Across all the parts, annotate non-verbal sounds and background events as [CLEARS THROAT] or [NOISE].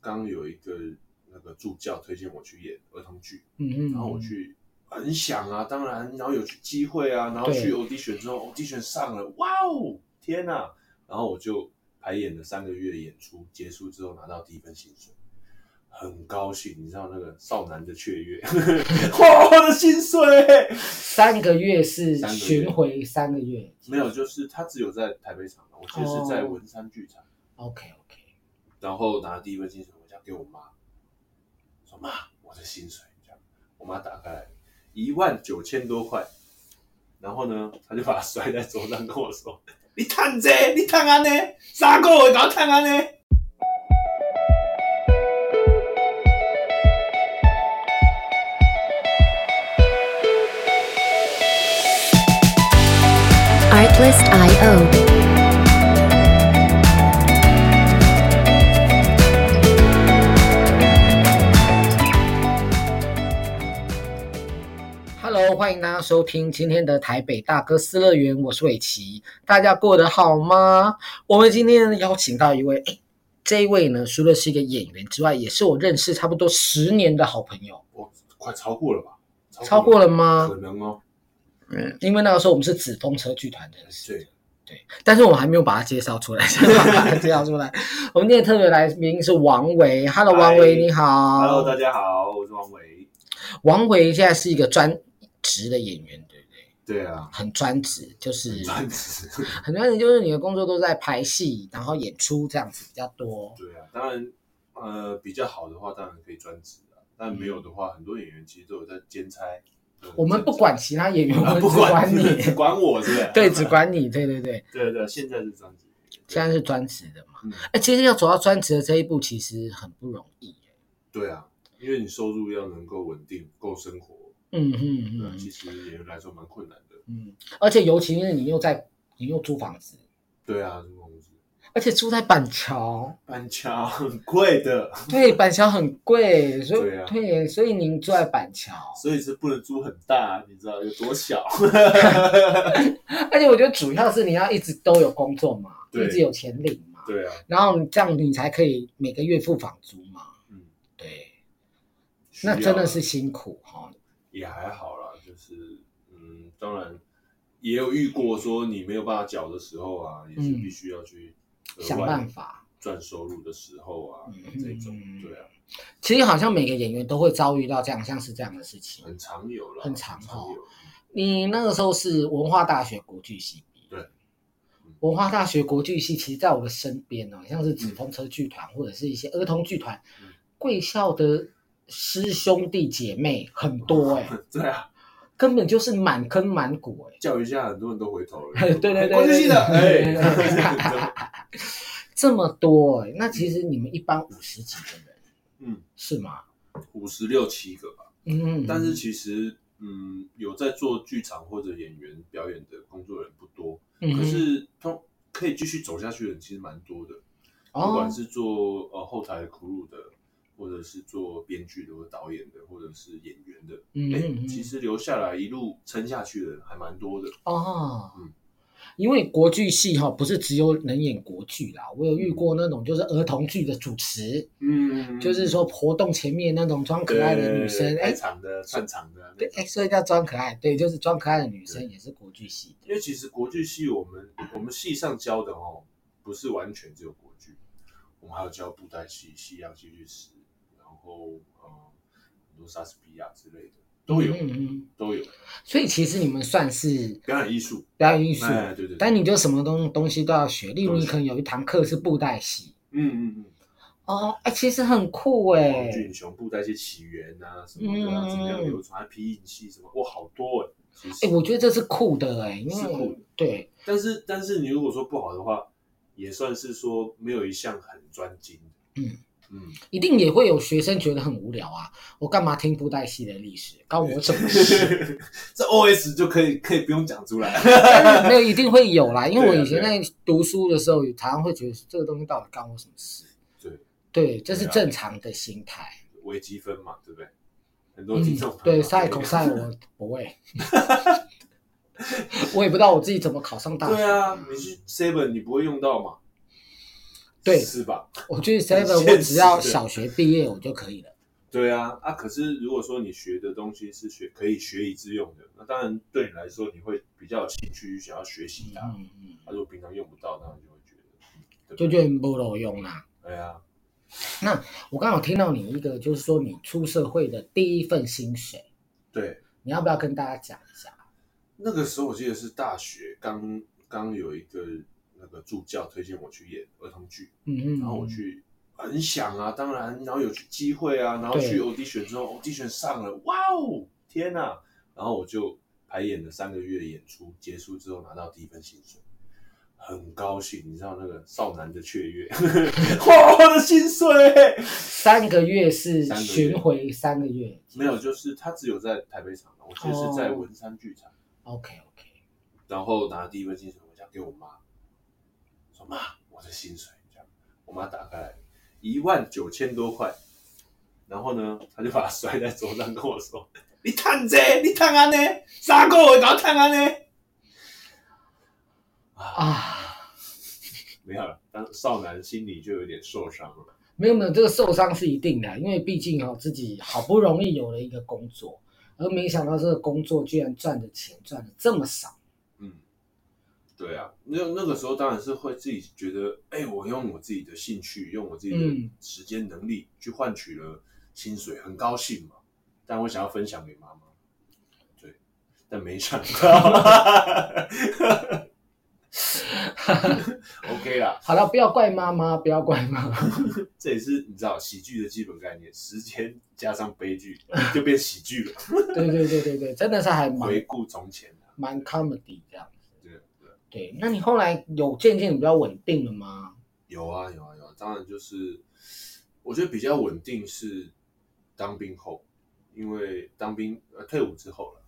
刚有一个那个助教推荐我去演儿童剧，嗯嗯，然后我去很想啊，当然，然后有去机会啊，然后对去 audition 之后，audition 上了，哇哦，天哪！然后我就排演了三个月的演出，结束之后拿到第一份薪水，很高兴，你知道那个少男的雀 [LAUGHS] 跃，哇，我的薪水！三个月是三个月巡回三个月，没有，就是他只有在台北场，我其实是在哦文山剧场， OK OK，然后拿第一份薪水回家给我妈，说妈，我的薪水这样，我妈打开来一万九千多块，然后呢，她就把它摔在桌上跟我说：“你探这，你探安呢，三个月搞探安呢。” Artlist.io. Hello，欢迎大家收听今天的台北大哥私乐园，我是伟奇，大家过得好吗？我们今天邀请到一位，哎，这一位呢，除了是一个演员之外，也是我认识差不多十年的好朋友，我快超过了吧？超过了了吗可？能哦。嗯，因为那个时候我们是紫风车剧团认识，对，但是我们还没有把他介绍出来， [LAUGHS] 先把他介绍出来。我们今天特别来宾是王维，Hello，嗨王维你好 Hello，大家好，我是王维。王维现在是一个专职的演员，对不对？对啊，很专职，就是专职。 [LAUGHS] 很专职，就是你的工作都在排戏，然后演出这样子比较多。 [LAUGHS] 对啊，当然，呃，比较好的话，当然可以专职啊。但没有的话，很多演员其实都有在兼差。都有在我们不管其他演员，我 [LAUGHS] 啊们不只管管你，只管我是不是？ [LAUGHS] 对，只管你，对对对，对对，现在是专职。现在是专职的嘛。嗯，哎，其实要走到专职的这一步，其实很不容易耶。对啊，因为你收入要能够稳定，够生活，嗯嗯对啊，其嗯实演员来说蛮困难的。嗯，而且尤其是你又在，你又租房子，对啊，这个工资而且住在板 [LAUGHS] 桥，搬家很贵的，对，板桥很贵，所以对啊所以您住在板桥，所以是不能租很大，啊你知道有多小？啊 [LAUGHS] 而且我觉得主要是你要一直都有工作嘛，对一直有钱领嘛，对啊，然后你这样你才可以每个月付房租嘛。嗯，对，需那要真的啊是辛苦哈、也还好啦，就是嗯，当然也有遇过说你没有办法缴的时候啊，也是嗯必须要去想办法赚收入的时候啊，嗯这种对啊，其实好像每个演员都会遭遇到这样像是这样的事情。很常有啦，很常哦有。你那个时候是文化大学国剧系毕业，对。文化大学国剧系其实在我的身边哦，像是紫风车剧团、或者是一些儿童剧团嗯，贵校的师兄弟姐妹很多哎、 [LAUGHS] 对啊，根本就是满坑满谷哎、叫一下很多人都回头了， [LAUGHS] 哎对对对对，关系的，对 [LAUGHS] 哎，这么多、欸，那其实你们一般五十几个人嗯，是吗？五十六七个吧，嗯，但是其实嗯，有在做剧场或者演员表演的工作人不多，嗯可是通可以继续走下去的人其实蛮多的。哦不管是做呃后台的 crew 的，或者是做编剧的、或者导演的，或者是演员的，嗯哎、嗯嗯其实留下来一路撑下去的人还蛮多的。哦，嗯因为国剧系哈、不是只有能演国剧啦，我有遇过那种就是儿童剧的主持，嗯就是说活动前面那种装可爱的女生，开哎，场的、串场的那对，种哎，。所以叫装可爱，对，就是装可爱的女生也是国剧系的，因为其实国剧系我们我们系上教的哦，不是完全只有国剧，我们还有教布袋戏、西洋戏剧史，然后呃很多莎士比亚之类的都有、嗯嗯，都有所以其实你们算是表演艺术。表演艺术，哎，对对对，但你就什么东东西都要学，例如都你学可能有一堂课是布袋戏。嗯嗯嗯。哦，哎、其实很酷哎、黄俊雄布袋戏起源啊什么的啊，嗯怎么样流传，皮影戏什么，哇，好多哎、其实，哎、我觉得这是酷的哎、因是酷的为对，但是但是你如果说不好的话，也算是说没有一项很专精的。嗯嗯， [LAUGHS] 一定也会有学生觉得很无聊啊，我干嘛听布袋戏的历史，关我什么 [LAUGHS] 事？这 OS 就可以可以不用讲出来。 [LAUGHS] 但是没有一定会有啦，因为我对啊以前在读书的时候，常常会觉得这个东西到底干我什么事？对，对，这是对啊正常的心态。微积分嘛，对不对？很多嗯听众，朋友对，赛口赛啊我不会， [LAUGHS] 我也不知道我自己怎么考上大学。啊对啊，你去 Seven 你不会用到嘛对是吧？我去现 seven，实的我只要小学毕业我就可以了。对啊，啊，可是如果说你学的东西是学可以学以致用的，那当然对你来说你会比较有兴趣想要学习它。啊，嗯嗯，如果平常用不到，那你就会觉得，嗯对不就对觉得不够用啦。对啊，我刚好听到你一个，就是说你出社会的第一份薪水，对，你要不要跟大家讲一下？那个时候我记得是大学刚刚有一个那个助教推荐我去演儿童剧，嗯嗯，然后我去很想啊，当然，然后有去机会啊，然后对去 audition 之后，audition 哦上了，哇哦，天哪、然后我就排演了三个月的演出，结束之后拿到第一份薪水，很高兴，你知道那个少男的雀跃， [LAUGHS] 哇，我的薪水三个月是三个月巡回三个月，没有，就是他只有在台北场，我记得是哦在文山剧场， OK OK，然后拿第一份薪水回家给我妈，说妈，我的薪水这样，我妈打开来一万九千多块，然后呢，她就把它摔在桌上跟我说：“你赚这，你赚安呢，三个月搞赚安呢。啊啊，”没有了，当少男心里就有点受伤了。没有没有，这个受伤是一定的，因为毕竟哦自己好不容易有了一个工作，而没想到这个工作居然赚的钱赚的这么少，嗯，对啊，那那个时候当然是会自己觉得，哎、我用我自己的兴趣，用我自己嗯的时间能力去换取了薪水，很高兴嘛。但我想要分享给妈妈，对，但没想到，OK 啦，好了，不要怪妈妈，不要怪妈妈。 [LAUGHS] 这也是你知道喜剧的基本概念，时间加上悲剧就变喜剧了，对对对对对，真的是还蛮回顾从前啊，蛮 comedy 这样。对对。对，那你后来有渐渐比较稳定了吗？有啊，有啊，有啊。当然就是，我觉得比较稳定是当兵后，因为当兵呃退伍之后了，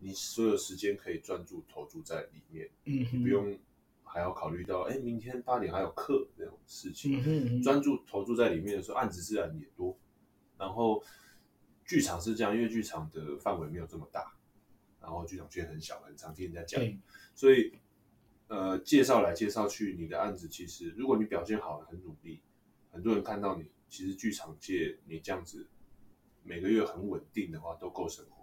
你所有时间可以专注投注在里面，嗯哼，不。用还要考虑到哎、诶明天八点还有课这种事情。嗯哼嗯哼，专注投注在里面的时候，案子自然也多。然后剧场是这样，因为剧场的范围没有这么大，然后剧场圈很小，很常听人家讲。对，所以呃，介绍来介绍去，你的案子其实，如果你表现好了，很努力，很多人看到你，其实剧场界你这样子每个月很稳定的话，都够生活的。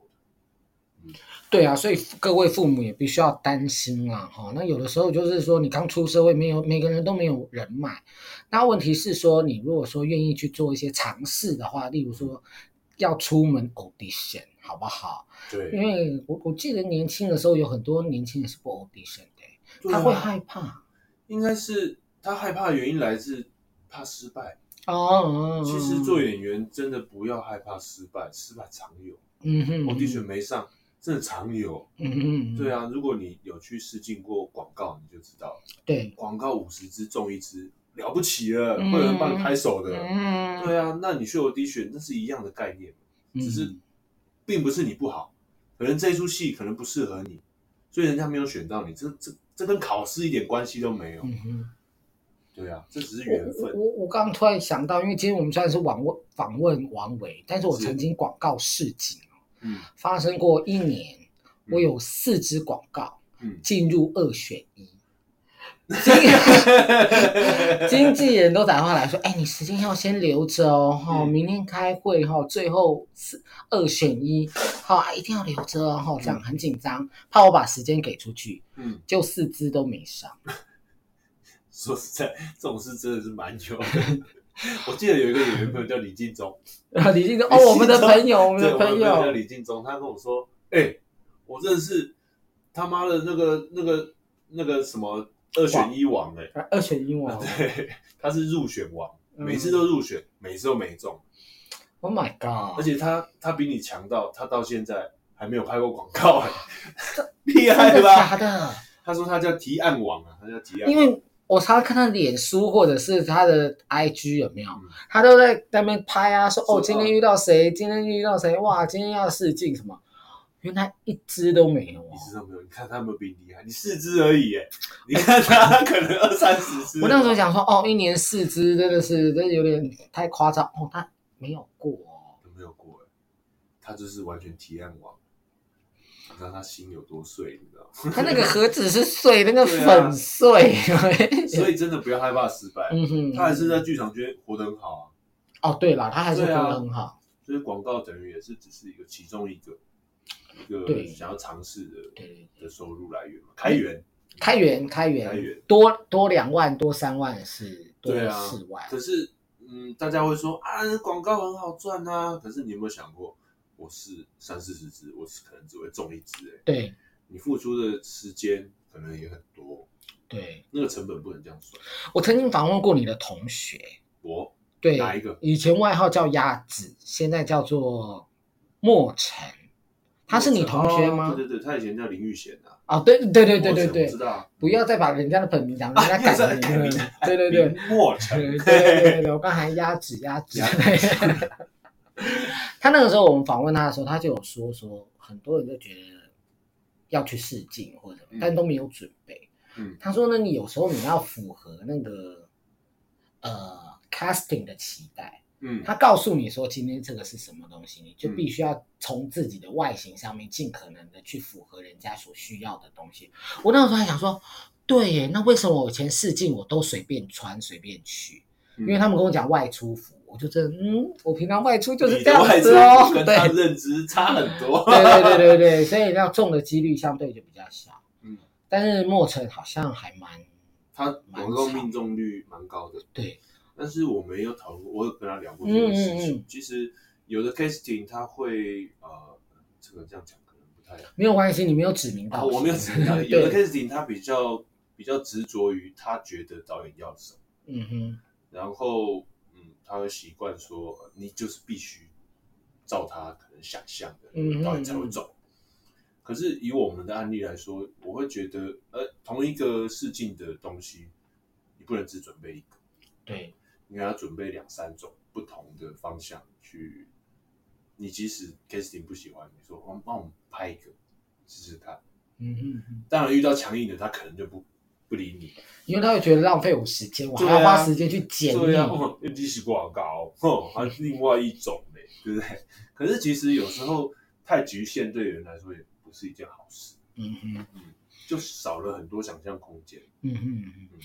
对啊，所以各位父母也必须要担心啦，哈、那有的时候就是说，你刚出社会，没有每个人都没有人脉。那问题是说，你如果说愿意去做一些尝试的话，例如说要出门 audition，好不好？因对，为我我记得年轻的时候有很多年轻人是不 audition 的、欸对他会啊，害怕。应该是他害怕的原因来自怕失败。哦，其实做演员真的不要害怕失败，失败常有，嗯哼，我的确哦没上。真的常有，嗯哼，对啊，啊，如果你有去试镜过广告，你就知道，对，广告五十支中一支，了不起了，嗯会有人帮你拍手的，嗯，对啊，那你去 audition 那是一样的概念，嗯只是并不是你不好，可能这一出戏可能不适合你，所以人家没有选到你，这这这跟考试一点关系都没有。嗯哼。对啊，这只是缘我分。我我刚刚突然想到，因为今天我们虽然是访问访问王维，但是我是曾经广告市集嗯发生过一年，嗯我有四支广告嗯，进入二选一。 [LAUGHS] 经经纪人都打电话来说：“哎，你时间要先留着哦，哈、嗯明天开会哈、最后是二选一，好、啊一定要留着哦，哈、这样嗯很紧张，怕我把时间给出去，嗯，就四支都没 [LAUGHS] 上。说实在，这种事真的是蛮有的。 [LAUGHS] 我记得有一个演员朋友叫李敬忠，然后李静说：你哦，我们的心中朋友，我们对，的我的朋朋友叫友，李敬忠，他跟我说：“哎、我真的是他妈的那个那个那个什么二选一王哎、啊二选一我。”对，他是入选王，嗯每次都入选，每次都没中， Oh my 而 god！且他他比你强到他到现在还没有拍过广告、哎，厉害吧？真的假的？他说他叫提案王啊，他叫提案王，因为我常常看他脸书或者是他的 IG 有没有嗯，他都在那边拍啊，说哦是啊今天遇到谁，今天遇到谁，哇，今天要试镜什么，原来一只都没有哦你。知道没有？你看他们比你厉害，你四支而已、哎，你看 [LAUGHS] 他可能二三十支，我那时候想说，哦，一年四只真的是，真的有点太夸张哦，他没有过哦。都没有过、哎，他就是完全提案王。你知道他心有多碎，你知道 [LAUGHS] 吗？它那个盒子是碎，那 [LAUGHS] 个对啊粉碎。所以真的不要害怕失败， [LAUGHS] 嗯哼，他还是在剧场圈活得很好啊。哦，对了，他还是活对啊得很好。所以广告等于也是只是一个其中一个一个对想要尝试的对对对，的收入来源嘛，开源。开源开源，开源多多两万，多三万是多对啊四万。可是，嗯，大家会说啊，广告很好赚啊。可是你有没有想过，我是三四十只，我是可能只会中一只、欸，对你付出的时间可能也很多，对，那个成本不能这样算。我曾经访问过你的同学，我对，哪一个？以前外号叫鸭子，现在叫做莫尘。他是你同学吗哦？对对对，他以前叫林玉贤啊。啊，对对对对对我对知，道啊。不要再把人家的本名讲，人家啊，改又在名改名了。，嗯 [LAUGHS] 对对对，，莫对 [LAUGHS] 尘， [LAUGHS] 对对对，我刚才压指压指鸭。他那个时候我们访问他的时候，他就有说说，很多人就觉得要去试镜或者什么，嗯但都没有准备。嗯他说呢，你有时候你要符合那个呃 casting 的期待，嗯，他告诉你说今天这个是什么东西，你就必须要从自己的外形上面尽可能的去符合人家所需要的东西。我那时候还想说，对耶，那为什么我以前试镜我都随便穿随便去？因因为他们跟我讲外出服，我就真的嗯，我平常外出就是你这的样外子哦出，跟对。他认知差很多。 [LAUGHS] 对对对对对，所以要中的几率相对就比较小。 [LAUGHS] 嗯但是莫尘好像还蛮他广告命中率蛮高的，对，但是我没有讨论过，我有跟他聊过这件事情。嗯嗯嗯其实有的 casting 他会呃，这个这样讲可能不太好，没有关系，你没有指名啊、道姓，我没有指名 [LAUGHS] 道姓。有的对， casting 他比较比较执着于他觉得导演要什么，嗯哼，然后嗯，他会习惯说呃你就是必须照他可能想象嗯嗯的导演才会走。可是以我们的案例来说，我会觉得呃，同一个试镜的东西，你不能只准备一个。对，你给他准备两三种不同的方向去。你即使 casting 不喜欢，你说哦帮帮我们拍一个试试看。嗯哼嗯当然遇到强硬的，他可能就不不理你。哼，因为他会觉得浪费我时间，我还对啊要花时间去剪你。对啊，哦又继续广告，哼，还是另外一种嘞，对不对？ [LAUGHS] 可是其实有时候太局限对人来说也不是一件好事，嗯哼，就少了很多想象空间。嗯哼嗯哼，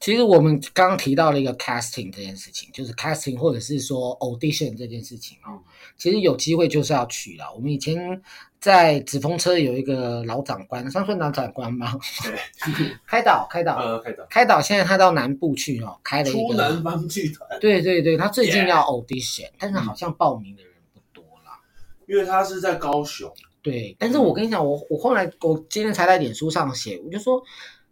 其实我们刚刚提到了一个 casting 这件事情，就是 casting 或者是说 audition 这件事情嗯哦，其实有机会就是要去啦。我们以前在纸风车有一个老长官，算算老长官吗？对， [LAUGHS] 开导，开导，呃，开导开导现在他到南部去哦，开了一出个南，方剧团，对对对，他最近要 audition，、但嗯是好像报名的人不多啦。因为他是在高雄，对，但嗯是我跟你讲，我我后来我今天才在脸书上写，我就说，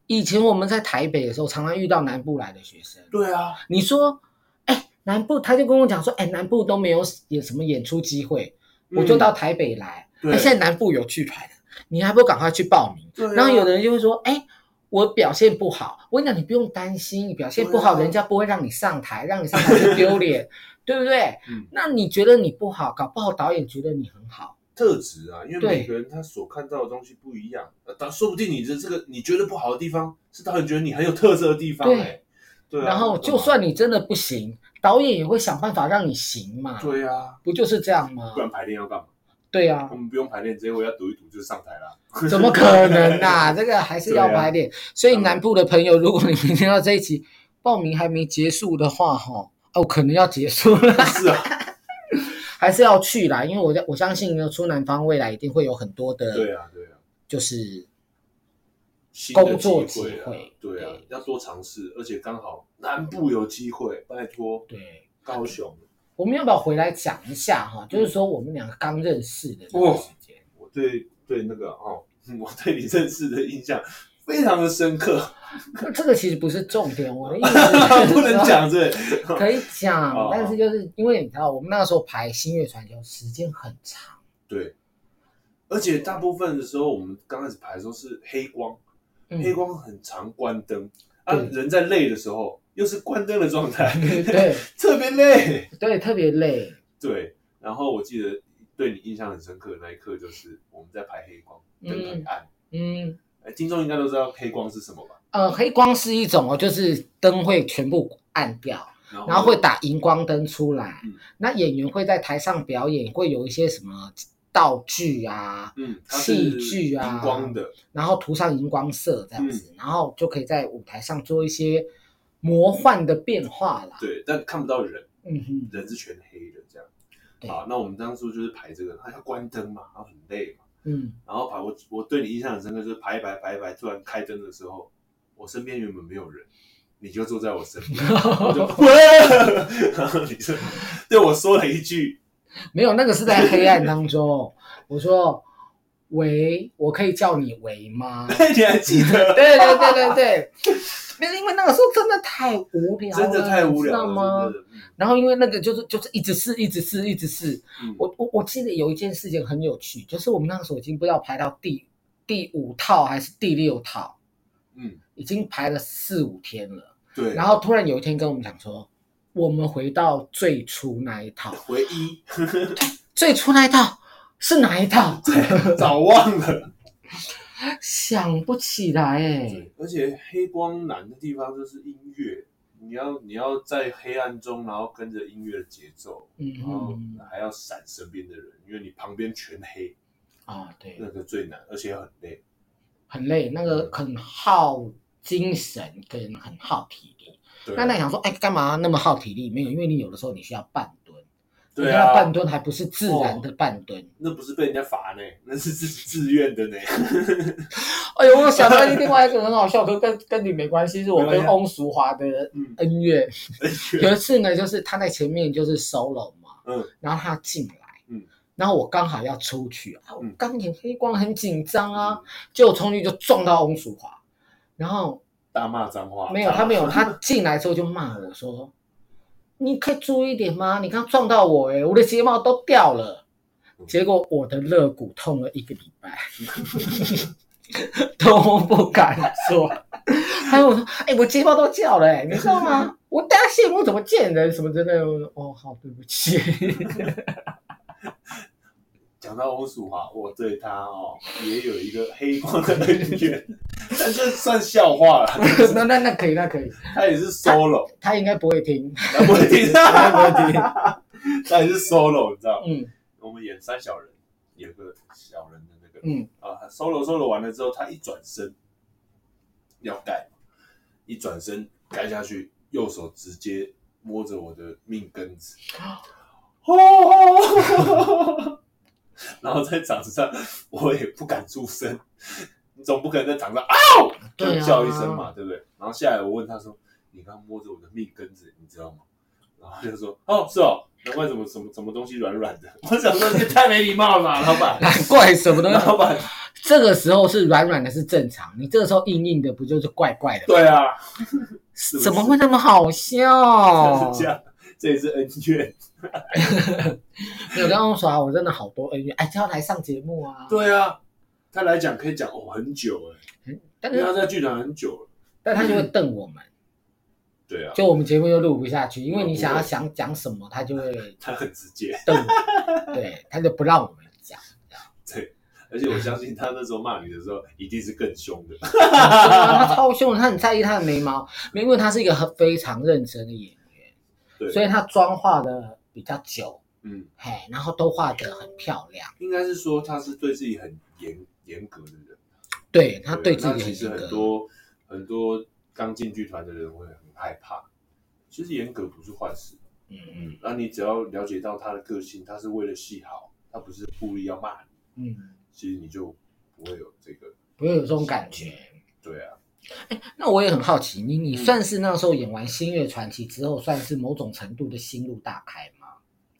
以前我们在台北的时候，常常遇到南部来的学生，对啊，你说，哎，南部他就跟我讲说，哎，南部都没有演什么演出机会，我就嗯到台北来，对哎，现在南部有剧团，你还不赶快去报名？对啊然后有的人就会说，哎，我表现不好，我跟你讲，你不用担心，你表现不好，对啊人家不会让你上台，让你上台就丢脸， [LAUGHS] 对不对？嗯那你觉得你不好，搞不好导演觉得你很好，特质啊，因为对每个人他所看到的东西不一样，呃，但说不定你的这个你觉得不好的地方，是导演觉得你很有特色的地方、对欸，对啊，然对后吧就算你真的不行，导演也会想办法让你行嘛，对啊，不就是这样吗不？然排练要干嘛？对啊，我们不用排练，直接我要赌一赌就上台啦。怎么可能啊呐、这个还是要排练。啊所以南部的朋友，如果你明天到这一集报名还没结束的话，哈，哦，可能要结束 [LAUGHS] 了，[LAUGHS] 是啊，还是要去啦，因为我在我相信呢，出南方未来一定会有很多对的，啊，对啊，就是新的工作机机会啊会，对啊对，要多尝试，而且刚好南部有机会，拜托对。高雄，我们要不要回来讲一下哈？就是说我们两个刚认识的那段时间，我对对那个哦， [LAUGHS] 我对你认识的印象非常的深刻， [LAUGHS] 可这个其实不是重点，我的意思不能。讲这。 [LAUGHS] 可以讲哦，但是就是因为你知道，我们那个时候排《星月传球》时间很长，对，而且大部分的时候，我们刚开始排的时候是黑光，嗯黑光很常关灯啊，对，人在累的时候又是关灯的状态 [LAUGHS] 嗯对特别累。对，特别累。对，然后我记得对你印象很深刻的那一刻，就是我们在排黑光，灯很暗。嗯，哎，听众应该都知道黑光是什么吧？呃，黑光是一种哦，就是灯会全部暗掉，然后然后会打荧光灯出来。嗯那演员会在台上表演，会有一些什么道具啊，嗯，它是戏剧啊荧光的，然后涂上荧光色这样子，嗯然后就可以在舞台上做一些魔幻的变化啦。对，但看不到人，嗯哼，人是全黑的这样。对好，那我们当初就是排这个，它哎要关灯嘛，然后很累嘛，嗯，然后排我我对你印象很深刻，就是排一排排一排，突然开灯的时候，我身边原本没有人，你就坐在我身 [LAUGHS] 边，我就 [LAUGHS] 然后你就 [LAUGHS] 对我说了一句， [LAUGHS] 没有，那个是在黑暗当中。 [LAUGHS] 我说，喂，我可以叫你喂 [LAUGHS] 吗？你还记得？对对对对对，没有，因为那个时候真的太无聊了，真的太无你知聊道了，吗？真的嗯然后因为那个就是就是一直试，一直试，一直试。嗯我我我记得有一件事情很有趣，就是我们那个时候已经不知道排到第第五套还是第六套，嗯，已经排了四五天了。对，然后突然有一天跟我们讲说，我们回到最初那一套，回一最初那一套是哪一套？早忘 [LAUGHS] 了。想不起来哎、对，而且黑光难的地方就是音乐，你要你要在黑暗中，然后跟着音乐的节奏，嗯然后哼，还要闪身边的人，因为你旁边全黑，啊对，那个最难，而且很累。很累，那个很耗精神跟很耗体力。对啊，那那想说，哎，干嘛那么耗体力？没有，因为你有的时候你需要半蹲，对你要啊半，蹲还不是自然的半蹲。那不是被人家罚呢，那是自自愿的呢。哎呦，我想 [LAUGHS] 到另外一个很好笑，可跟跟你没关系，是我没跟关系啊翁淑华的 [LAUGHS] 嗯，恩怨。而且有一次呢，就是他在前面就是 solo 嘛，嗯，然后他进来，嗯，然后我刚好要出去啊，我嗯刚演黑光很紧张啊，结果冲进去就撞到翁淑华，然后大骂脏话，没有大骂他没有，他进来之后就骂我说：“你可以注意一点吗？你刚撞到我、欸，我的睫毛都掉了。”嗯结果我的肋骨痛了一个礼拜， [LAUGHS] 都不敢说。还有我说：“哎、我睫毛都掉了、欸，你知道吗？我大家羡慕怎么见人什么之类的。”我说：“哦，好，对不起。”讲到欧淑华，我对他哦也有一个黑光的恩怨，但这算笑话了。 [LAUGHS] 那那那可以，那可以，他也是 solo，他应该不会 [LAUGHS] 听。他不会听，他他不会听。他也是 [LAUGHS] solo，你知道吗？嗯我们演三小人，有个小人的那个嗯啊他，solo solo 完了之后，他一转身要盖，一转身盖下去，右手直接摸着我的命根 [LAUGHS] 子，哦，然后在场上我也不敢出声，你总不可能在场上啊就对啊叫一声嘛，对不对？然后下来我问他说：“你刚摸着我的命根子，你知道吗？”然后他就说：“哦，是哦，难怪怎么什么什么东西软软的。”我想说你也太没礼貌了吧，老 [LAUGHS] 板，难怪什么东西老板，这个时候是软软的，是正常。你这个时候硬硬的，不就是怪怪 [LAUGHS] 的吗？对啊，不是怎么会那么好笑？是这样，这也是恩怨。有跟我说啊，我真的好多恩怨，哎，就要来上节目啊。，对啊，他来讲可以讲哦很久哎，但因为他是在剧团很久了。但他就会瞪我们，对啊，就我们节目又录不下去，因为嗯你不想要会想讲什么，他就会他很直接。瞪我们，对，他就不让我们讲。 [LAUGHS] 而且我相信他那时候骂你的时候，一定是更凶 [LAUGHS] 的。他超凶的，他很在意他的眉毛，因为他是一个很非常认真的演员，对，所以他妆化的比较久，嗯，嘿，然后都画得很漂亮。应该是说他是对自己很严严格的人。对他对啊自那己其很实严很格，多很多刚进剧团的人会很害怕。其实严格不是坏事，嗯嗯那你只要了解到他的个性，他是为了戏好，他不是故意要骂你，嗯，其实你就不会有这个。不会有这种感觉。对啊，那我也很好奇，你你嗯算是那时候演完《星月传奇》之后，算是某种程度的心路大开吗？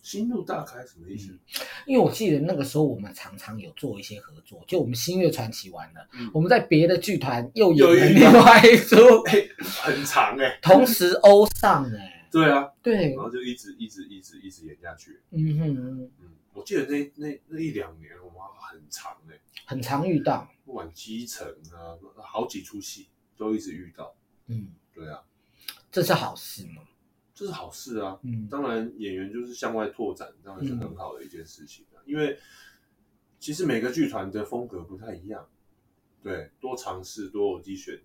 心路大开什么意 [LAUGHS] 思嗯？因为我记得那个时候我们常常有做一些合作，就我们《星月传奇》完了，嗯我们在别的剧团又演又了遇到另外一出，嘿哎很长哎、同时欧上哎、对啊， [LAUGHS] 对然，后就一直一直一直一直演下去。嗯哼，嗯，我记得那那那一两年我们很长哎、很常遇到，不管基层啊，好几出戏都一直遇到。嗯，对啊，这是好事嘛，这是好事啊。嗯，当然，演员就是向外拓展，当然是很好的一件事情啊、因为其实每个剧团的风格不太一样，对，多尝试多有机选，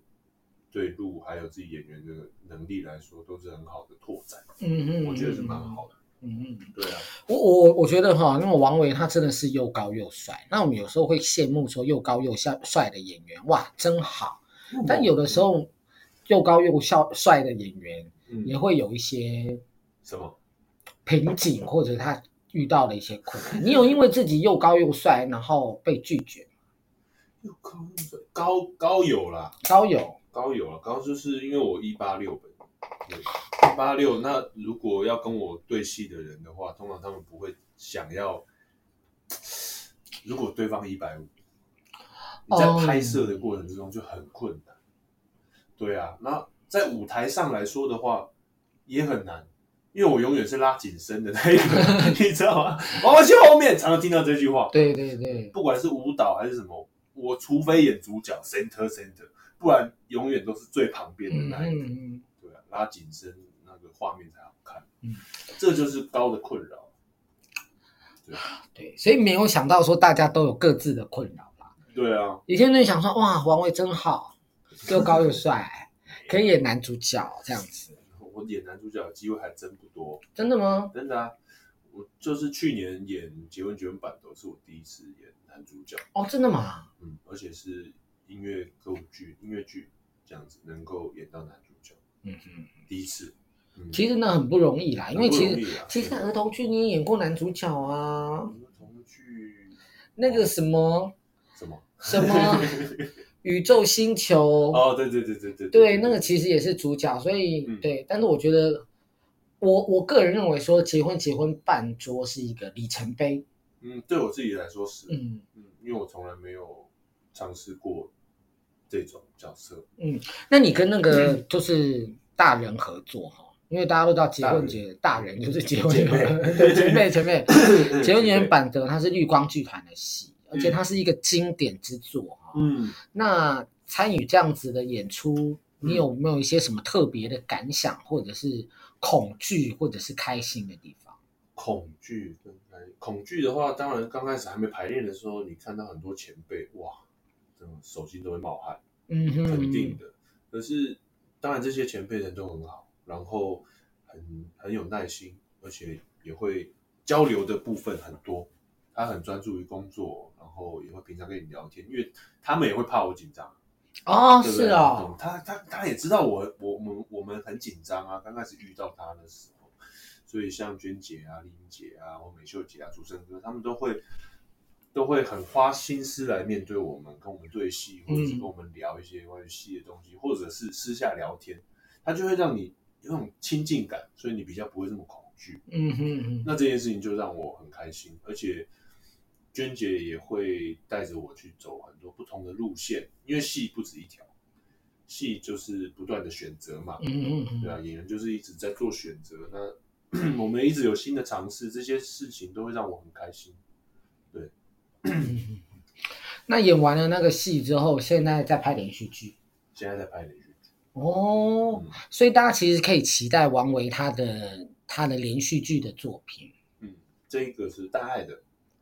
对路还有自己演员的能力来说，都是很好的拓展。嗯哼，我觉得是蛮好的。嗯，对啊，我我我觉得哈，那么王维他真的是又高又帅。那我们有时候会羡慕说又高又帅帅的演员，哇，真好。嗯但有的时候又高又帅帅的演员嗯也会有一些什么？瓶颈，或者他遇到了一些困难。你有因为自己又高又帅，然后被拒绝？又高又帅高高有啦，高有，高有啊，高就是因为我一八六本，一八六。那如果要跟我对戏的人的话，通常他们不会想要，如果对方一百五，你在哦拍摄的过程之中就很困难。对啊，那在舞台上来说的话也很难。因为我永远是拉紧身的那一个， [LAUGHS] 你知道吗？我要去后面，常常听到这句话。对对对，不管是舞蹈还是什么，我除非演主角 center center，不然永远都是最旁边的嗯那一个。嗯嗯，对啊，拉紧身那个画面才好看。嗯，这就是高的困扰。对，所以没有想到说大家都有各自的困扰啦。对啊，有些人想说，哇，王维真好，又高又 [LAUGHS] 帅，可以演男主角这样子，我演男主角的机会还真不多，真的吗？真的啊。我就是去年演《结婚绝版》都是我第一次演男主角，哦，真的吗？嗯，而且是音乐歌舞剧、音乐剧这样子能够演到男主角，嗯哼，第一次。嗯，其实那很不容易啦，因为其很不实容易啊其实在儿童剧你也演过男主角啊，同剧那个什么什么？什 [LAUGHS] 么宇宙星球，哦，对对对对对对，那个其实也是主角，所以、嗯对，但是我觉得。我我个人认为说，结婚结婚半桌是一个里程碑，嗯，对我自己来说是，嗯，嗯，因为我从来没有尝试过这种角 [COUGHS] 色，那你跟那个嗯就是大人合作哈，因为大家都知道结婚节大人嗯就是结婚节，姐妹 [LAUGHS] 对姐妹姐妹，结婚节对版的它是绿光剧团的戏，而且嗯它是一个经典之作哈。嗯，那参与这样子的演出，嗯你有没有一些什么特别的感想，或者是恐惧，或者是开心的地方？恐惧跟担忧恐惧的话，当然刚开始还没排练的时候，你看到很多前辈，哇，这种手心都会冒汗，嗯哼，肯定的。可是当然这些前辈人都很好，然后很很有耐心，而且也会交流的部分很多。他很专注于工作，然后也会平常跟你聊天，因为他们也会怕我紧张。哦，对不对嗯是哦，他他他也知道我我我们我们很紧张啊，刚开始遇到他的时候，所以像娟姐啊、林姐啊、或美秀姐啊、竹生哥，他们都会都会很花心思来面对我们，跟我们对戏，或者嗯是跟我们聊一些关于戏的东西，或者是私下聊天，他就会让你有那种亲近感，所以你比较不会这么恐惧。嗯哼哼，那这件事情就让我很开心，而且娟姐也会带着我去走很多不同的路线，因为戏不止一条，戏就是不断的选择嘛，嗯哼对哼，啊，演员就是一直在做选择，那我们一直有新的尝试，这些事情都会让我很开心。那演完了那个戏之后，现在在拍连续剧。现在在拍连续剧，哦，嗯所以大家其实可以期待王维他的他的连续剧的作品嗯，这个是大爱的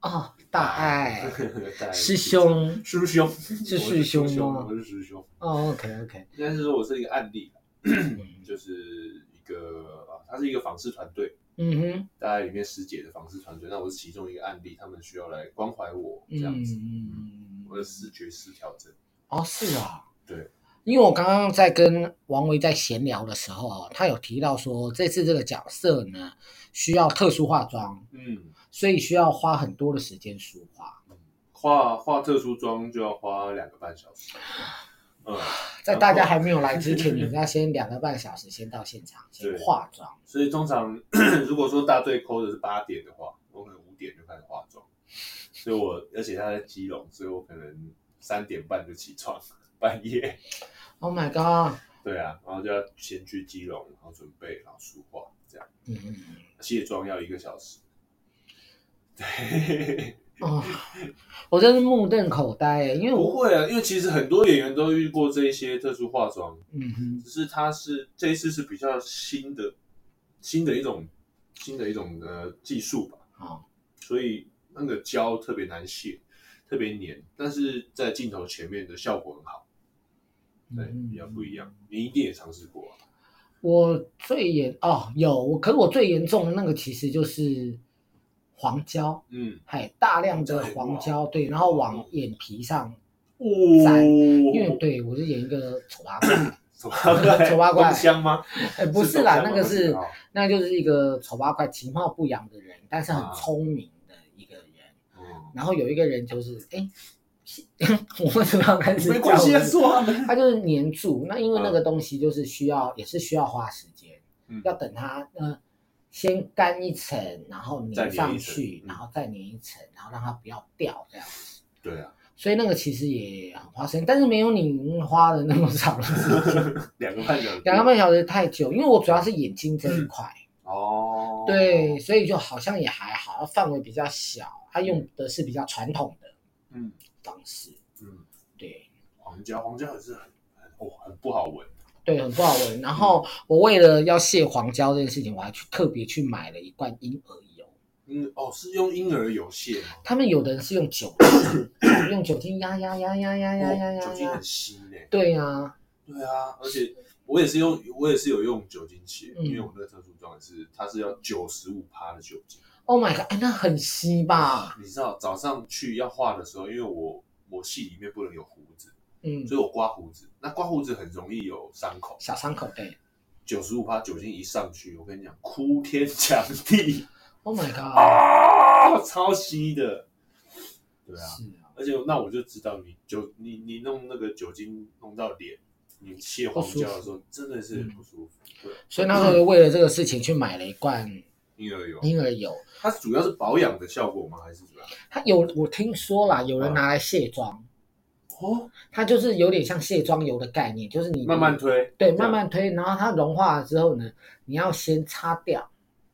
哦，《大爱 [LAUGHS] 大爱》师，兄师兄是我师兄吗我是师兄，哦，OK OK，应该是说我是一个案例， [CLEARS THROAT] 就是一个，啊它是一个访视团队。嗯哼，大概里面师姐的访视团队，那我是其中一个案例，他们需要来关怀我这嗯样子。嗯我的视觉失调症，哦是啊，对，因为我刚刚在跟王维在闲聊的时候哦，他有提到说这次这个角色呢需要特殊化妆，嗯，所以需要花很多的时间梳化，化化特殊妆就要花两个半小时，嗯，在大家还没有来之前，你要先两个半小时先到现场先对化妆。所以通常 [CLEARS THROAT] 如果说大队抠的是八点的话，我可能五点就开始化妆，所以我而且他在基隆，所以我可能三点半就起床， [LAUGHS] 半夜， Oh my god！对啊，然后就要先去基隆，然后准备，然后梳化这样，嗯嗯嗯。卸妆要一个小 [LAUGHS] 时，对。哦，我真是目瞪口呆耶，因为不我，会啊，因为其实很多演员都遇过这一些特殊化妆，嗯哼，只是它是这一次是比较新的、新的一种、新的一种呃技术吧，好，所以那个胶特别难卸，特别黏，但是在镜嗯头前面的效果很好，对，比较不一样。你一定也尝试过啊、我最严哦有，可是我最严重的那个其实就是黄胶，嗯，还大量的对黄哇胶，对，然后往眼皮上，在因为 [LAUGHS] 哦，对我是演一个丑八怪， [LAUGHS] 丑八怪，丑八怪东乡吗？哎，不是啦，东那乡吗个是哦那就是一个丑八怪、其貌不扬的人，但是啊很聪明的一个人。嗯然后有一个人就是，哎， [LAUGHS] 我为什么要开始没关系讲啊，我说啊，他就是黏住，那因为那个东西就是需要，也是需要花时间，嗯要等它呃先干一层，然后再粘粘上一层去，嗯然后再粘一层，然后让它不要掉这样。对啊，所以那个其实也很花时间，但是没有你花的那么长的时 [LAUGHS] 间，两个半小时，两个半小时太久，因为我主要是眼睛这一块，哦，对，，所以就好像也还好，范围比较小，它用的是比较传统的嗯方式，嗯，对。黄椒，黄椒也是很很哦很不好闻，对，很不好闻。然后我为了要卸黄胶这件事情，我还去特别去买了一罐婴儿油。嗯哦是用婴儿油卸吗？他们有的人是用酒精，用酒精压压压压压压压哦压酒精压很。腥嘞，对啊，对啊，而且我也是用我也是有用酒精卸，嗯因为我那个特殊状态是它是要九十五趴的酒精。 Oh my god，哎，那很稀吧？你知道早上去要画的时候，因为我我戏里面不能有胡子，嗯，所以我刮胡子。那刮胡子很容易有伤口，小伤口对。九十五趴酒精一上去，我跟你讲，哭天抢地 Oh my god，啊，超稀的。对啊，是啊，而且那我就知道你酒你你弄那个酒精弄到脸，你卸黄胶的时候真的是嗯不舒服。对，所以那时候就为了这个事情去买了一罐婴儿油，婴儿油。它主要是保养的效果吗？还是怎么样？它有我听说啦，有啊人拿来卸妆，哦，它就是有点像卸妆油的概念，就是你慢慢推，对慢，慢推，然后它融化了之后呢，你要先擦掉。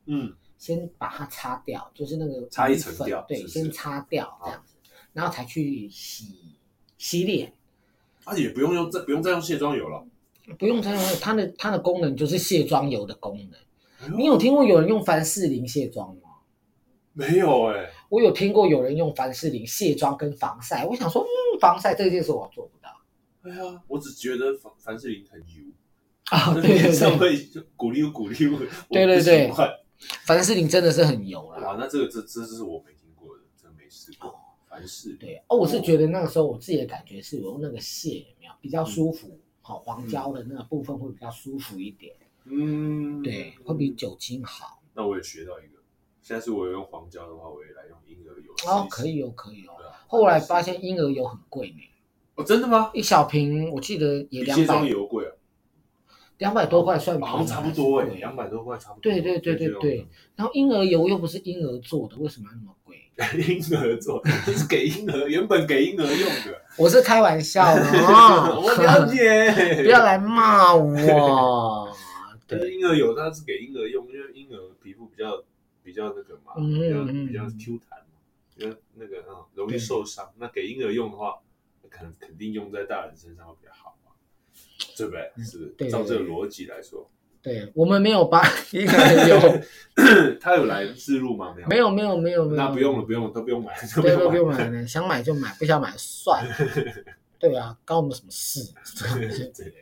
嗯，先把它擦掉，就是那个擦一粉层掉对，是不啊是先擦掉这样子，然后才去洗洗脸，而啊且也不用用再不用再用卸妆油了。不用擦，它的它的功能就是卸妆油的功能。哎呦你有听过有人用凡士林卸妆吗？没有哎、我有听过有人用凡士林卸妆跟防晒，我想说，嗯，防晒这件事我做不到哎呀，我只觉得凡凡士林很油， [LAUGHS] 啊，对对上对，会鼓溜鼓溜，我对对不对喜欢凡士林真的是很油啦。哇，那这个这这是我没听过的，真没试过凡士林。对哦，我是觉得那个时候我自己的感觉是，我用那个卸有没有比较舒服，好、黄胶的那个部分会比较舒服一点，嗯，对，会比酒精好。那我也学到一个，下次我有用黄胶的话，我也来用婴儿油试一试。哦，可以哦，可以哦对啊。后来发现婴儿油很贵呢，哦，真的吗？一小瓶我记得也比两卸妆百油贵啊，两百多块算便宜，好像差不多哎、还是贵两百多块差不多。对对对对对对然后婴儿油又不是婴儿做的，为什么要那么 [LAUGHS] 贵？对， [LAUGHS] 婴儿做 [LAUGHS] 这是给婴儿，原本给婴儿用的。我是开玩笑的哦， [LAUGHS] 我 [LAUGHS] 了解，不要来骂我。但是对，婴儿油它是给婴儿用，因为婴儿皮肤比较比较那个嘛，嗯比较嗯比较嗯 Q 弹嘛，比较那个嗯容对易受伤。那给婴儿用的话，可能肯定用在大人身上会比较好嘛，对不对？是不是嗯对照这个逻辑来说， [CLEARS THROAT] 对我们没有把婴 [LAUGHS] 儿油，他有来自入吗？没有，没有没有没有没有，那不用了，，不用了，都不用买，都对，都不不用用买了，想买就买，不想买就算 [LAUGHS] 了。对啊，关我们什么事？ [LAUGHS] 买。 [LAUGHS] 对对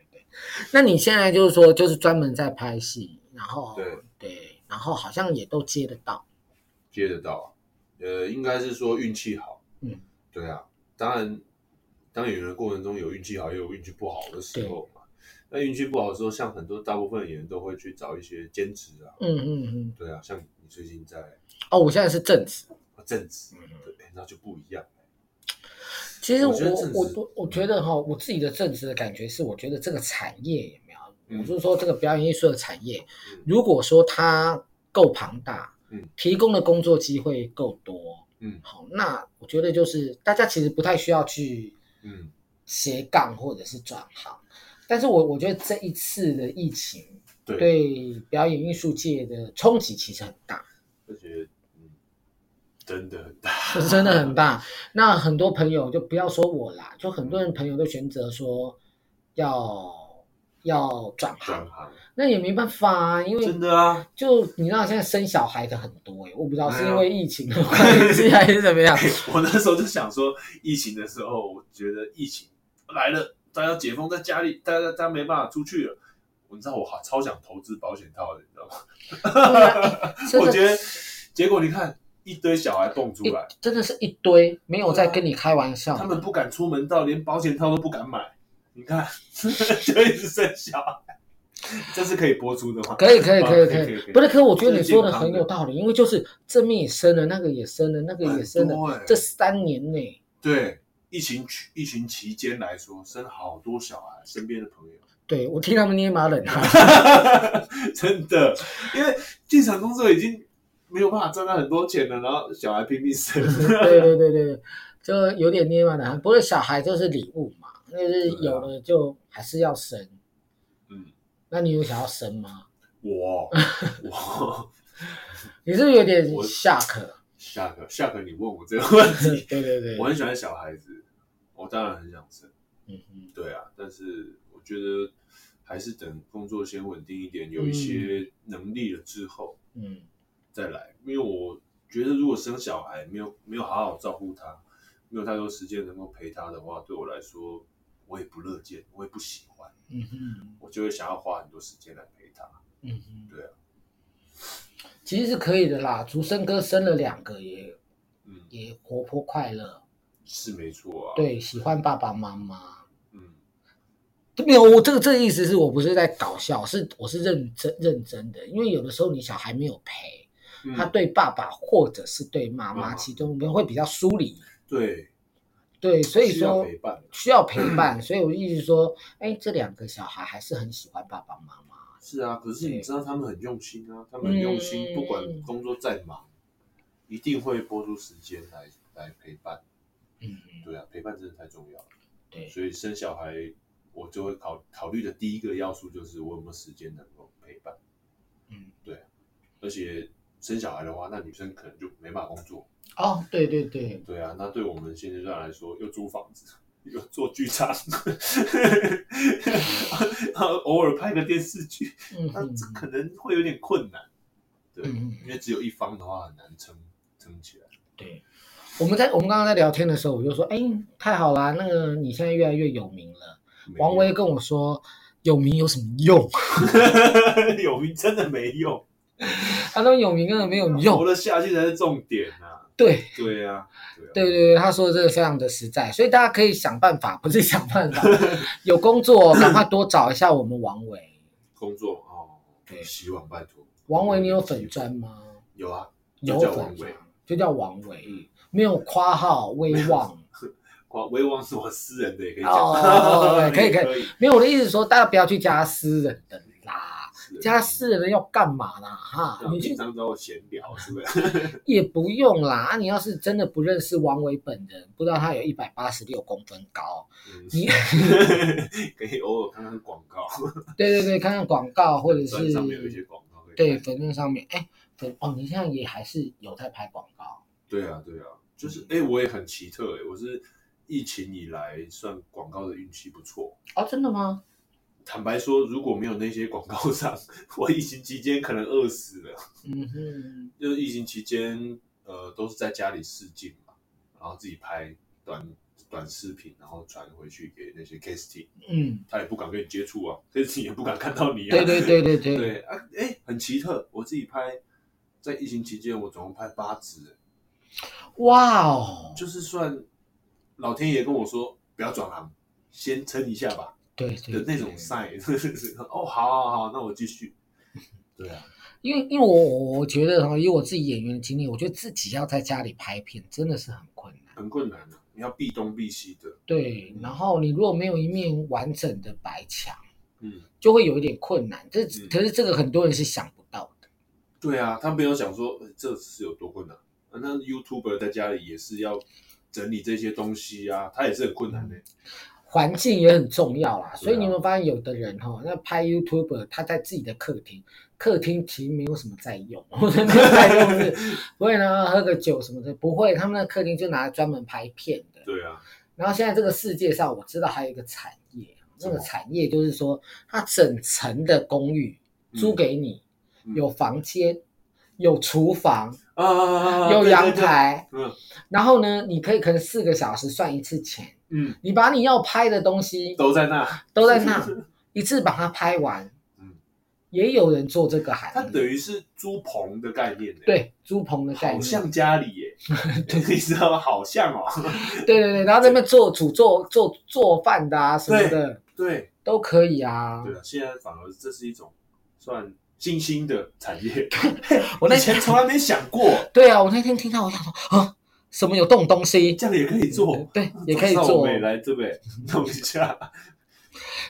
那你现在就是说，就是专门在拍戏，然后对对然后好像也都接得到，接得到，呃，应该是说运气好，嗯，对啊，当然，当演员的过程中有运气好，也有运气不好的时候嘛。那运气不好的时候，像很多大部分演员都会去找一些兼职啊，嗯嗯嗯。对啊，像你最近在啊哦，我现在是正职。正职，嗯对，哎那就不一样。其实我我觉得正职我我我觉得哈，我自己的正职的感觉是，我觉得这个产业有没有？嗯我就是说这个表演艺术的产业，嗯如果说它够庞大，嗯，提供的工作机会够多，嗯好，那我觉得就是大家其实不太需要去嗯斜杠或者是转行，但是我我觉得这一次的疫情。对，对表演艺术界的冲击其实很大，而且嗯，真的很大，是真的很大。那很多朋友就不要说我啦，就很多人朋友都选择说要要转转行，行，那也没办法啊，因为真的啊，就你知道现在生小孩的很多哎、我不知道是哎呀因为疫情的关系还是怎么样。 [LAUGHS] 我那时候就想说，疫情的时候，我觉得疫情来了，大家解封在家里，大家大家没办法出去了，我你知道我好超想投资保险套的，你知道吗？对啊哎 [LAUGHS] 真我觉的得，结果你看一堆小孩蹦出一来，真的是一堆，没有在跟你开玩笑。他们不敢出门，到连保险套都不敢买。你看， [LAUGHS] 就一直生小孩，这是可以播出的吗？可以可以啊可以可以可以可可以，以不是，可是我觉得这你是说的健康很的有道理，因为就是这面也生了，那个也生了，那个也生了，很多欸这三年内，对疫情期疫情期间来说，生好多小孩，身边的朋友。对我替他们捏一把冷汗。 [LAUGHS] 真的，因为剧场工作已经没有办法赚到很多钱了，然后小孩拼命生，对对对对，就有点捏一把冷汗。不过小孩就是礼物嘛，就是有了就还是要生。嗯，那你有想要生吗？我我你是不是有点我下课？下个下个你问我这个问对题，对对，我很喜欢小孩子，我当然很想生，嗯嗯对啊，但是我觉得还是等工作先稳定一点，有一些能力了之后嗯，再来，因为我觉得如果生小孩没有没有好好照顾他，没有太多时间能够陪他的话，对我来说我也不乐见，我也不喜欢。嗯哼，我就会想要花很多时间来陪他。嗯哼，对啊，其实是可以的啦。竹生哥生了两个也嗯，也活泼快乐，是没错啊。，对，喜欢爸爸妈妈。嗯，没有，我这个这个意思是我不是在搞笑，是我是认真认真的，因为有的时候你小孩没有陪，嗯他对爸爸或者是对妈妈，妈妈其中会比较疏离，对，对，所以需要说陪伴啊。需要陪伴，所以我一直说，哎，这两个小孩还是很喜欢爸爸妈妈，是啊，可是对你知道他们很用心啊，他们很用心，嗯不管工作再忙，一定会拨出时间来来陪伴。嗯，对啊，陪伴真的太重要了。对，所以生小孩，我就会考考虑的第一个要素就是我有没有时间能够陪伴。嗯，而且生小孩的话，那女生可能就没办法工作，哦，对对对，对啊，那对我们现阶段来说，又租房子，又做剧场，然后偶尔拍个电视剧，嗯那嗯这可能会有点困难。对，嗯因为只有一方的话很难撑撑起来。对。我们在我们刚刚在聊天的时候，我就说，哎，太好啦，那个你现在越来越有名了。王威跟我说，有名有什么用？ [LAUGHS] 威 [LAUGHS] 有名真的没用，他说有名根本没有用活。得下去才是重点啊。对对啊，对啊，对对对，他说的这个非常的实在，所以大家可以想办法，不是想 [LAUGHS] 办法，有工作赶快多找一下我们王维。工作哦对，希望拜托。王维，你有粉砖？吗？有啊，有就叫粉王砖维，就叫王维嗯，没有夸号威望。哇，威望是我私人的，也可以讲。， [LAUGHS] 哦可以可以可以，没有我的意思是说，大家不要去加私人的啦，是加私人的要干嘛啦？哈，那你平去常找我闲聊是不 [LAUGHS] 是？也不用啦。啊，你要是真的不认识王维本人，不知道他有一百八十六公分高， [LAUGHS] 你嗯 [LAUGHS] 可以偶尔看看广告，对对对，看看广告或者专是上面有一些广告可以看。对，粉正上面，哎，粉哦，你现在也还是有在拍广告，对啊，对啊，就是哎、我也很奇特哎、我是疫情以来算广告的运气不错。哦，真的吗？坦白说，如果没有那些广告商， [LAUGHS] 我疫情期间可能饿死了。嗯哼，就是疫情期间，呃，都是在家里试镜嘛，然后自己拍短短视频，然后传回去给那些 casting，嗯，他也不敢跟你接触啊，casting 也不敢看到你啊。对对对对对，对啊，哎、很奇特，我自己拍，在疫情期间我总共拍八支，哇哦，就是算老天爷跟我说不要转行，先撑一下吧对对的那种对 sign，哦，好 [LAUGHS] 好好，那我继 [LAUGHS] 续。对啊，因为因为我我我觉得哈，以我自己演员的经历，我觉得自己要在家里拍片真的是很困难。很困难的、你要避东避西的，对，然后你如果没有一面完整的白墙，嗯，就会有一点困难。这嗯可是这个很多人是想不到的。对啊，他没有想说、呃这是有多困难、啊那 YouTuber 在家里也是要整理这些东西啊，他也是很困难嗯的、环境也很重要啦，所以对啊你有没有发现有的人哈、那拍 YouTube，他在自己的客厅，客厅其实没有什么在 [LAUGHS] 用，或者没有在用是，不会呢喝个酒什么的，不会，他们的客厅就拿来专门拍片的。对啊，然后现在这个世界上，我知道还有一个产业，什那么个产业就是说，它整层的公寓嗯租给你，嗯有房间，有厨房，啊啊啊啊啊有对阳对对台，嗯然后呢，你可以可能四个小时算一次钱，嗯，你把你要拍的东西都在那，都在那一次把它拍完，嗯也有人做这个行它业，等于是租棚的概念、欸，，对租棚的概好念，像家里 [LAUGHS] 耶、你知道吗？好像哦， [LAUGHS] 对对对，然后在那边做主做做做饭的啊什么的对都可以啊。对啊，现在反而这是一种算新兴的产业，我那以前从来没想过 [LAUGHS] 对啊，我那天听到我想说啊，什么有动东西，这样也可以做， [LAUGHS] 对， [LAUGHS] 也可以早上我做们。也来这边弄一下，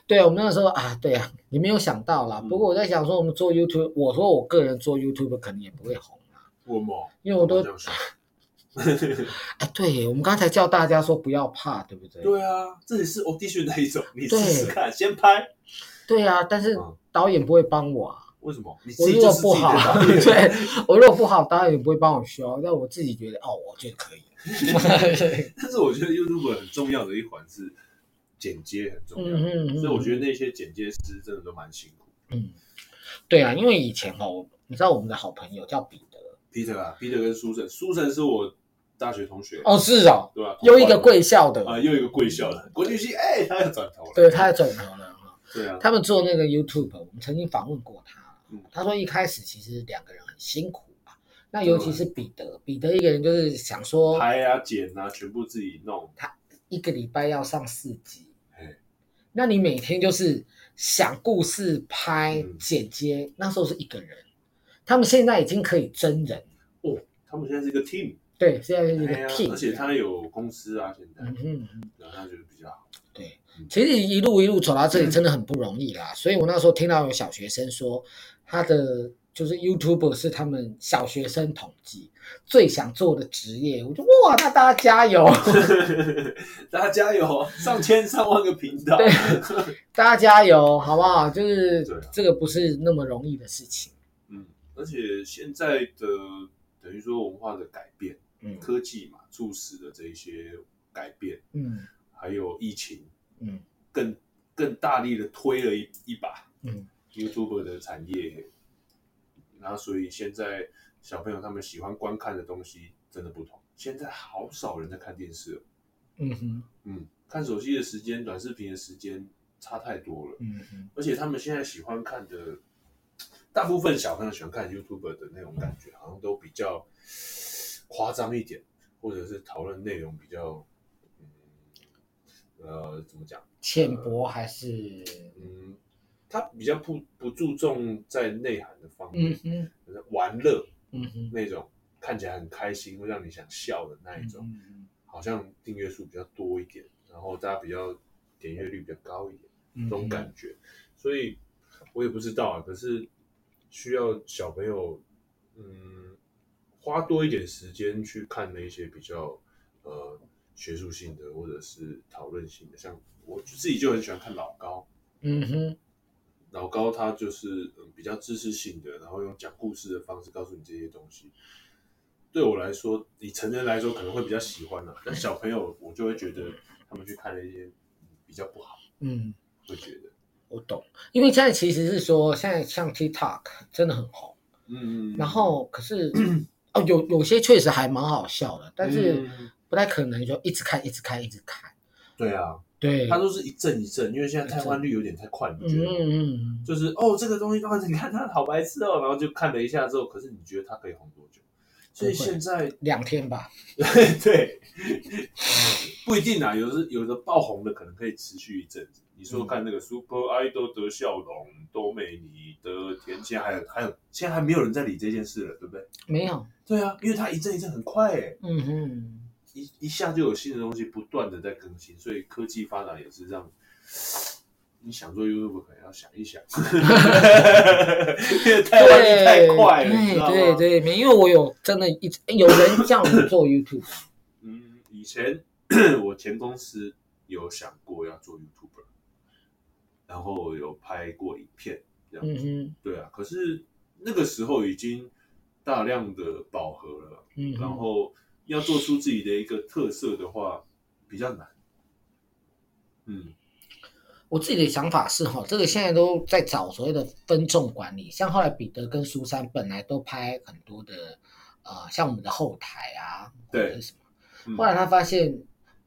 对我们那个时候啊，对啊，你没有想到啦。嗯不过我在想说，我们做 YouTube，我说我个人做 YouTube 可能也不会红啊，我吗？因为我都这样说哎，对耶我们刚才叫大家说不要怕，对不 [LAUGHS] 对？对啊，这也是 audition 的一种，你试对试看，先拍。对啊，但是嗯导演不会帮我啊。为什么？你自我己如就果是自不己的好导，演 [LAUGHS] 对我如果不好，导演也不会帮我修，但我自己觉得哦，我觉得 [LAUGHS] 可以。但是我觉得 YouTube 很重要的一环是剪接很重要，嗯嗯嗯，所以我觉得那些剪接师真的都蛮辛苦。嗯，对啊，因为以前哦，你知道我们的好朋友叫彼得 Peter 啊，Peter 跟 Susan，Susan 是我大学同学，哦，是哦，对吧？又一个贵校的，啊、又一个贵校的国际系，哎、他要转头了。对，他也转头了哈。对啊，哦他们做那个 YouTube，我们曾经访问过他嗯，他说一开始其实两个人很辛苦啊，那尤其是彼得，彼得一个人就是想说拍啊、剪啊，全部自己弄。一个礼拜要上四集嘿，那你每天就是想故事、拍嗯剪接，那时候是一个人，他们现在已经可以真人，哦他们现在是一个 team，对，现在是一个哎呀 team，而且他有公司啊，现在，嗯哼。然后他觉得比较好。 [LAUGHS] 对，其实一路一路走到嗯这里真的很不容易啦。所以我那时候听到有小学生说，他的就是 YouTube 是他们小学生统计最想做的职业，我就哇，那大家加油， [LAUGHS] 大家加油，上千上万个频道。对大家加油，好不好？就是对啊这个不是那么容易的事情。 [LAUGHS] 嗯，而且现在的等于说文化的改变，嗯科技嘛促使的这一些改变，嗯还有疫情嗯更更大力的推了一一把嗯， YouTube 的产业，然后所以现在小朋友他们喜欢观看的东西真的不同，现在好少人在看电视了，嗯哼嗯，看手机的时间、短视频的时间差太多了，嗯哼，而且他们现在喜欢看的，大部分小朋友喜欢看 YouTube 的那种感觉，好像都比较夸张一点，或者是讨论内容比较，嗯，呃，怎么讲？浅薄还是嗯，他比较不不注重在内涵的方面嗯，哼就是玩乐嗯哼那种看起来很开心，会让你想笑的那一嗯种，哼好像订阅数比较多一点，然后大家比较点阅率比较高一点。这嗯种感觉，所以我也不知道啊。可是需要小朋友，嗯，花多一点时间去看那一些比较呃学术性的或者是讨论性的，像我自己就很喜欢看老高，嗯哼老高他就是、嗯、比较知识性的，然后用讲故事的方式告诉你这些东西。对我来说，以成人来说可能会比较喜欢了、但小朋友我就会觉得他们去看那些比较不好，嗯。会觉得，我懂，因为现在其实是说，现在像 TikTok 真的很红，嗯，然后可是哦，有有些确实还蛮好笑的，但是嗯不太可能就一直看、一直看、一直看。对啊，对，它都是一阵一阵，因为现在瘫痪率有点太快，你嗯觉得嗯吗？嗯，嗯就是哦，这个东西的话，你看它好白痴哦，然后就看了一下之后，可是你觉得它可以红多久？所以不会现在两天吧。 [LAUGHS] 对，不一定啊，有的有的爆红的可能可以持续一阵子。你嗯说看那个 Super Idol 的笑容、多美你的田现在还有还有，现在还没有人在理这件事了，对不对？没有，对啊，因为它一阵一阵很快哎、嗯哼，一一下就有新的东西不断的在更新，所以科技发达也是让你想做 YouTube 可能要想一想， [LAUGHS] 因为台湾对，力太快了，你知道吗？对对对，没，因为我有真的一直有人叫我做 YouTube，嗯，以前 [CLEARS THROAT] 我前公司有想过要做 YouTuber，然后有拍过影片，这样嗯子，哼，对啊，可是那个时候已经大量的饱和了，嗯哼，然后要做出自己的一个特色的话，比较难，嗯。我自己的想法是哈，这个现在都在找所谓的分众管理，像后来彼得跟苏珊本来都拍很多的，呃，像我们的后台啊，或者对是什么，嗯后来他发现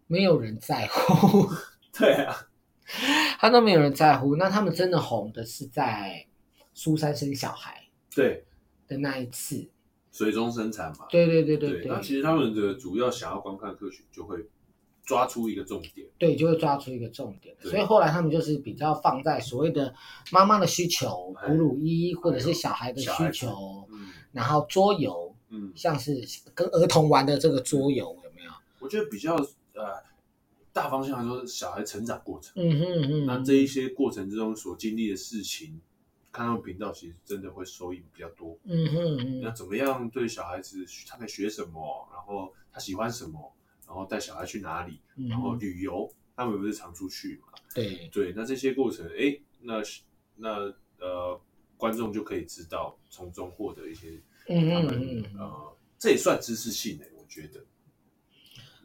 没有人在乎， [LAUGHS] 对啊，他都没有人在乎，那他们真的红的是在苏珊生小孩对，的那一次。水中生产嘛。对对对对那其实他们的主要想要观看客群就会抓出一个重点，对，就会抓出一个重点。对所以后来他们就是比较放在所谓的妈妈的需求、哎哺乳衣或者是小孩的小孩需子求，嗯然后桌游，嗯，像是跟儿童玩的这个桌游有没有？我觉得比较呃大方向来说，小孩成长过程，嗯哼嗯哼，那这一些过程之中所经历的事情，看他们频道其实真的会收益比较多。嗯哼那嗯，怎么样对小孩子他可以学什么，然后他喜欢什么，然后带小孩去哪里，嗯然后哼旅游，他们不是常出去嘛？对，对，那这些过程，哎，那那呃，观众就可以知道从中获得一些嗯他哼们嗯哼，呃，这也算知识性的，欸我觉得，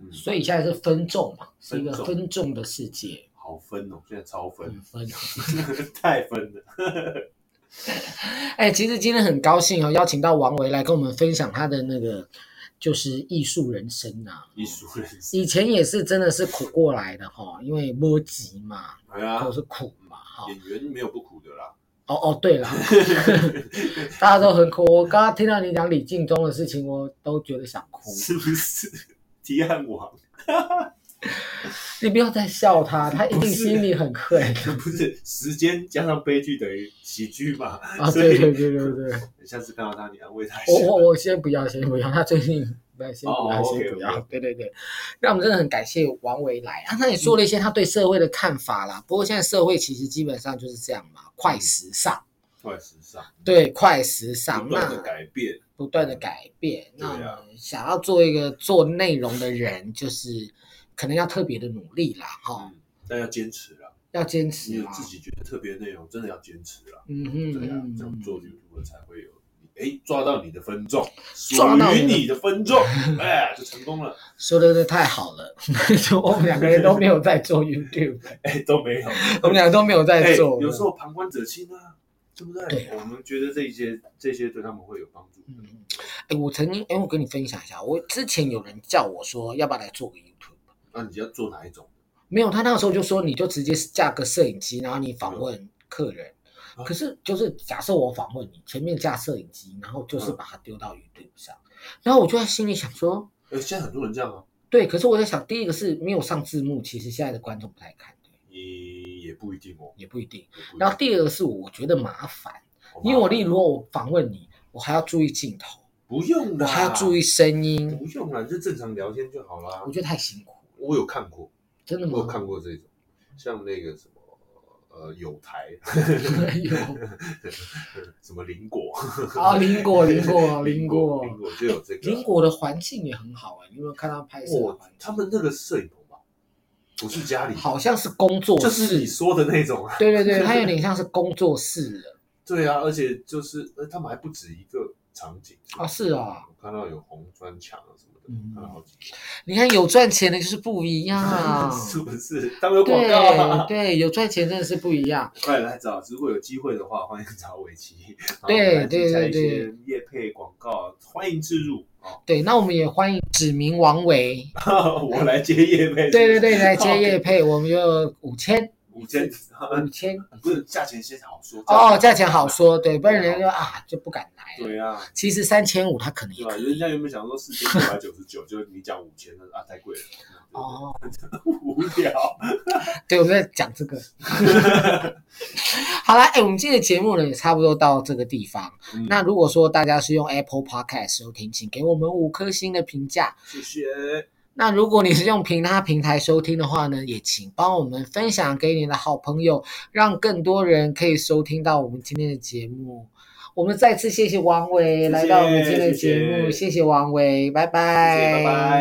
嗯，所以现在是分众嘛，是一个分众分众的世界，好分哦，现在超很分，分。 [LAUGHS] 太分了，哎，其实今天很高兴哦，邀请到王维来跟我们分享他的那个就是艺术人生啊。艺术人 [LAUGHS] 生，以前也是真的是苦过来的哈、因为摸急嘛，哎呀都，是苦嘛哈。演员没有不苦的啦，哦哦，对了， [LAUGHS] 大家都很苦。我刚刚听到你讲李敬忠的事情，我都觉得想哭。是不是？ [LAUGHS] 提案王。你不要再笑他，他一定心里很愧 [LAUGHS] 不是时间加上悲剧等于喜剧嘛？啊。 [LAUGHS] 所以对对哦对对对，你下次看到他，你安慰他一下。我我我先不要，先不要，他最近不要，先不哦要， ，OK，先不要。 OK 对对对，那我们真的很感谢王维来啊，他也说了一些他对社会的看法啦。不过现在社会其实基本上就是这样嘛，快时尚，突然时尚，对，快时尚，嗯不断的那改变，不断的改变。那我对啊们想要做一个做内容的人，就是可能要特别的努力啦，哈，嗯，但要坚持啦。要坚你持有哦啊。自己觉得特别的内容，真的要坚持啦。嗯哼，对啊嗯，这样嗯做 YouTube 才会有你，哎，抓到你的分众，属抓到于你的你的分 [LAUGHS] 众，哎，就成功了。说的这太好了， [LAUGHS] 就我们两个人都没有在做 YouTube，哎，都没有， [LAUGHS] 我们两个都没有在哎，做。有时候旁观者清啊，对不对对？我们觉得这些这些对他们会有帮助。嗯，哎，我曾经，哎，我跟你分享一下，我之前有人叫我说，要不要来做个 YouTube？那你要做哪一种？没有，他那个时候就说，你就直接架个摄影机，然后你访问客人。啊可是就是假设我访问你，前面架摄影机，然后就是嗯把它丢到 YouTube 上，然后我就在心里想说，哎，现在很多人这样啊，对，可是我在想，第一个是没有上字幕，其实现在的观众不太看，对也也不一定哦。也不一定。也不一定然后第二个是我觉得麻烦，好吧因为我例如我访问你，我还要注意镜头，不用我啦，还要注意，声音，不用啦，就正常聊天就好啦我。觉得太辛苦了，我有看过，真的我有吗？看过这种，像那个什么呃有台， [LAUGHS] 有。什么邻国，啊，邻国，[LAUGHS] 邻国，邻国，邻国就有这个邻国的环境也很好哎、你有没有看他拍摄的哦环，境？他们那个摄影棚吧，不是家里，好像是工作室，就是你说的那种啊。对 [LAUGHS] 对对，他有点像是工作室了。对啊，而且就是呃他们还不止一个场景啊是啊，我看到有红砖墙啊什么的，嗯看到好几个，你看有赚钱的就是不一样是不是？他们有广告啊啊对。对，有赚钱真的是不一样。快来找！如果有机会的话，欢迎找伟 [LAUGHS] 奇。对然后来接洽对对一些业配广告，欢迎置入哦。对，那我们也欢迎指名王维， [LAUGHS] 我来接业配。对对对，来接叶配，我们就五千，五千， [LAUGHS] 五千不是价钱先好说。哦，价钱好。说，对，不然人家就啊就不敢来了。对啊，其实三千五他可能对啊也吧？可以人家原本想说四千九百九十九， [LAUGHS] 就你讲五千，他说啊太贵了，哦。 [LAUGHS] 无聊。对，我们在讲 [LAUGHS] 这个。好啦，哎、我们今天的节目呢也差不多到这个地方。嗯 [LAUGHS] 那如果说大家是用 Apple Podcast 收听，请给我们五颗星的评价。谢谢，那如果你是用其他平台收听的话呢，也请帮我们分享给你的好朋友，让更多人可以收听到我们今天的节目。我们再次谢谢王维谢来到我们今天谢的节谢目，谢谢王维，拜拜，谢谢拜拜。